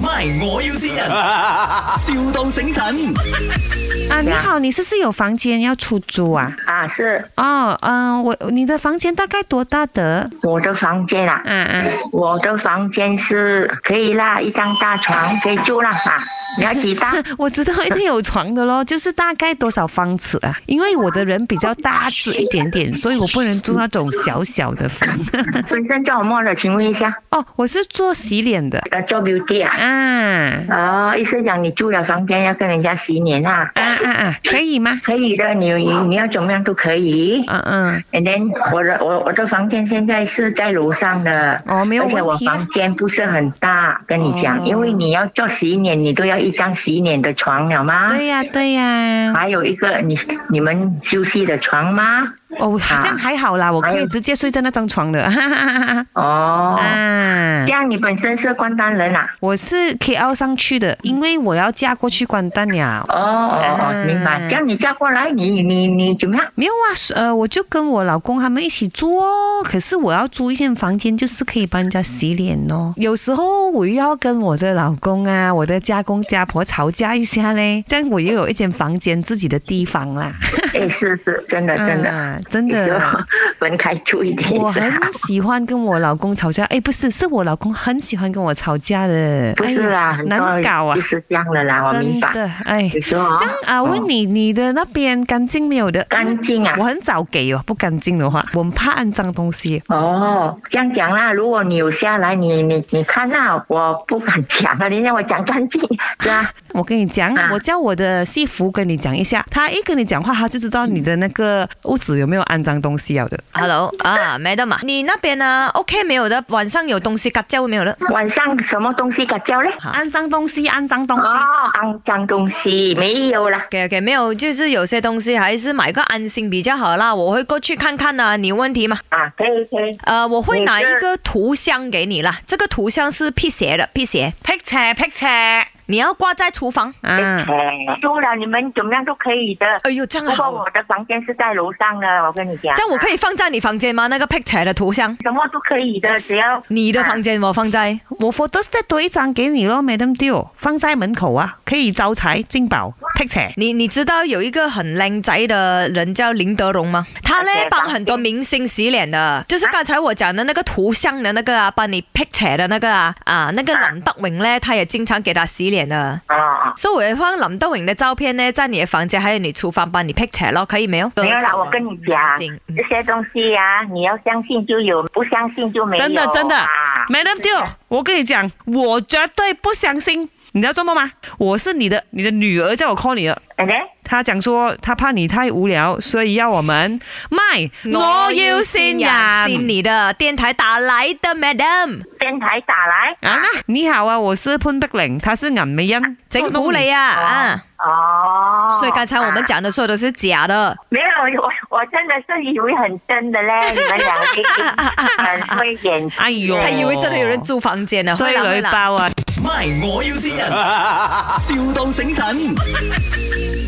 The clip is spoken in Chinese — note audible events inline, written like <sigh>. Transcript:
MY，我要先人，, <laughs> 笑到醒神。啊，你好，你是不是有房间要出租啊？啊，是哦，嗯、我你的房间大概多大的？我的房间啊，啊啊，我的房间是可以啦，一张大床可以住啦啊。你要几大？我知道一定有床的咯， <laughs> 就是大概多少方尺啊？因为我的人比较大只一点点，所以我不能住那种小小的房。 <laughs> 本身叫什么的？请问一下。哦，我是做洗脸的呃，做 beauty 啊？啊哦，意思讲你住了房间要跟人家洗脸啊？啊啊啊，可以吗？可以的，你你你要怎么样都可以。嗯嗯， And then 我的我我的房间现在是在楼上的，哦，没有而且我问题啊。房间不是很大，跟你讲，哦因为你要做洗脸，你都要一张洗脸的床了吗？对啊呀、对呀、还有一个你你们休息的床吗？哦，这样还好啦，我可以直接睡在那张床的。 <laughs> 哈哈哈哈哦，啊这，样你本身是关丹人啊？我是 KL 上去的，因为我要嫁过去关丹了。哦哦啊哦，明白。这样你嫁过来，你你你怎 <laughs> 么样？没有啊，是呃，我就跟我老公他们一起住哦。可是我要租一间房间，就是可以帮人家洗脸哦。有时候我又要跟我的老公啊、我的家公家婆吵架一下嘞，这样我又有一间房间自己的地方啦。哎，是是，真的真的，啊、真你就的。分开住一 <laughs> 点我是很好。喜欢跟我老公吵架，哎，不是，是我老公很喜欢跟我吵架的，不是哎呀啦，很多难搞啊就，是这样的啦，我真明白。的，哎，有时候啊这样啊，问你你的那边干净没有的？干净啊我。很早给哦，不干净的话，我们怕肮脏东西。哦，这样讲啦，如果你有下来，你你你看啦，我不敢讲啊，你让我讲干净，<laughs> 是啊，我跟你讲，啊我叫我的戏服跟你讲一下，他一跟你讲话，他就知道你的那个屋子有没有肮脏东西了的。 Hello 啊，Madam 啊，你那边呢？OK 没有的，晚上有东西嘎叫没有的？晚上什么东西敢叫嘞？啊肮脏东西，肮脏东西。哦，肮脏东西没有啦。给给没有，就是有些东西还是买个安心比较好啦。我会过去看看呢、你有问题吗？啊，可以可以。呃，我会拿你一是个图像给你啦，这个图像是辟邪的，辟邪， picture picture 你要挂在厨房。啊，哎，说了，你们怎么样都可以的。哎呦，这样不过好我啊，的房间是在楼上的，我跟你讲。这样我可以放在你房间吗？那个 picture 的图像，什么都可以的，只要你的房间我放在。我 photo set 多一张给你咯，Madam 丢，放在门口啊，可以招财进宝。picture 你你知道有一个很靓仔的人叫林德荣吗？他呢啊对啊帮很多明星洗脸的，就是刚才我讲的那个图像的那个啊，帮你 picture 的那个啊啊，那个林德荣呢，他也经常给他洗脸的。啊啊。所以我也放林德荣的照片呢，在你的房间还有你厨房帮你 picture 咯，可以没有？没有啦，我跟你讲，行这些东西呀、你要相信就有，不相信就没有啊。真的真的，Madam 丢，我跟你讲，我绝对不相信。你知道做梦吗？我是你的，你的女儿叫我 call 你的。嗯他讲说他怕你太无聊，所以要我们卖。我要新人新你的电台打来的 madam，电台打来。啊！你好啊，我是潘碧玲，她是颜美欣。整蛊你啊啊！哦，所以刚才我们讲的所有都是假的。没有我，我真的是以为很真的嘞，你们两 <laughs> 个很会演戏。啊哎呦，他以为真的有人租房间啊，衰可能女啦包啊！ MY，我要先人，,笑到醒神。